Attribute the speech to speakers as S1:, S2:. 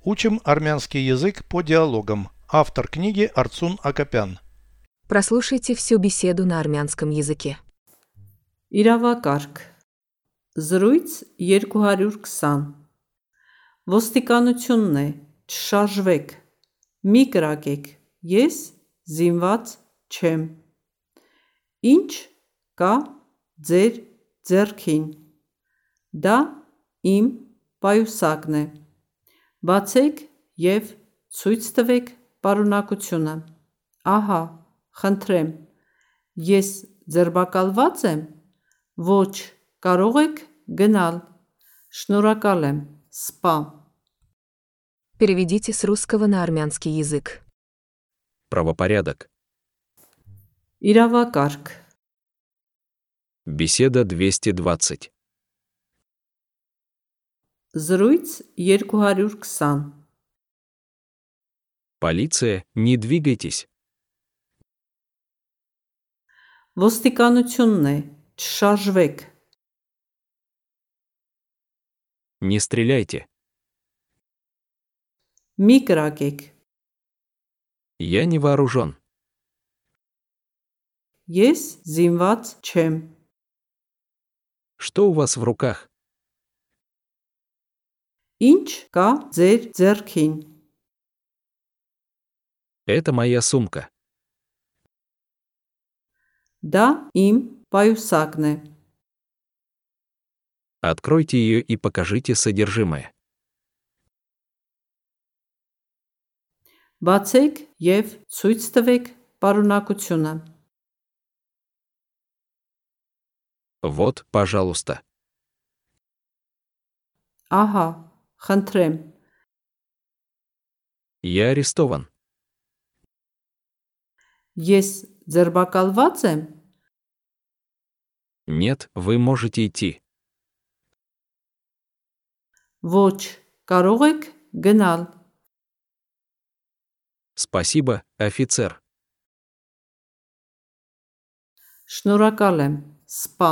S1: Учим армянский язык по диалогам. Автор книги Арцун Акопян.
S2: Прослушайте всю беседу на армянском языке.
S3: Իրավակարգ Զրույց 220 Ոստիկանությունն է, չշարժվեք։ Մի կրակեք։ Ես զինված չեմ։ Ինչ կա ձեր ձեռքին։ Դա իմ պայուսակն է։ Բացեք եւ ցույց տվեք պարունակությունը։ Ահա, խնդրեմ։ Ես ձերբակալված եմ։ Ոչ, կարող եք գնալ։ Շնորհակալ եմ։ Սպա։
S2: Переведите с русского на армянский язык.
S4: Правопорядок.
S3: Իրավակարգ
S4: Беседа 220.
S3: Զրույց 220
S4: Полиция, не двигайтесь.
S3: Ոստիկանությունն է, չշարժվեք։
S4: Не стреляйте.
S3: Մի կրակեք։
S4: Я не вооружен.
S3: Ես զինված չեմ։
S4: Что у вас в руках?
S3: Ինչ կա ձեր ձեռքին։
S4: Это моя сумка.
S3: Դա իմ պայուսակն է։
S4: Откройте ее и покажите содержимое.
S3: Բացեք եւ ցույց տվեք պարունակությունը։
S4: Вот, пожалуйста.
S3: Ահա, խնդրեմ։
S4: Я арестован.
S3: Ես ձերբակալված եմ։
S4: Нет, вы можете идти.
S3: Ոչ, կարող եք գնալ։
S4: Спасибо, офицер.
S3: Շնորհակալ եմ։ Սպա։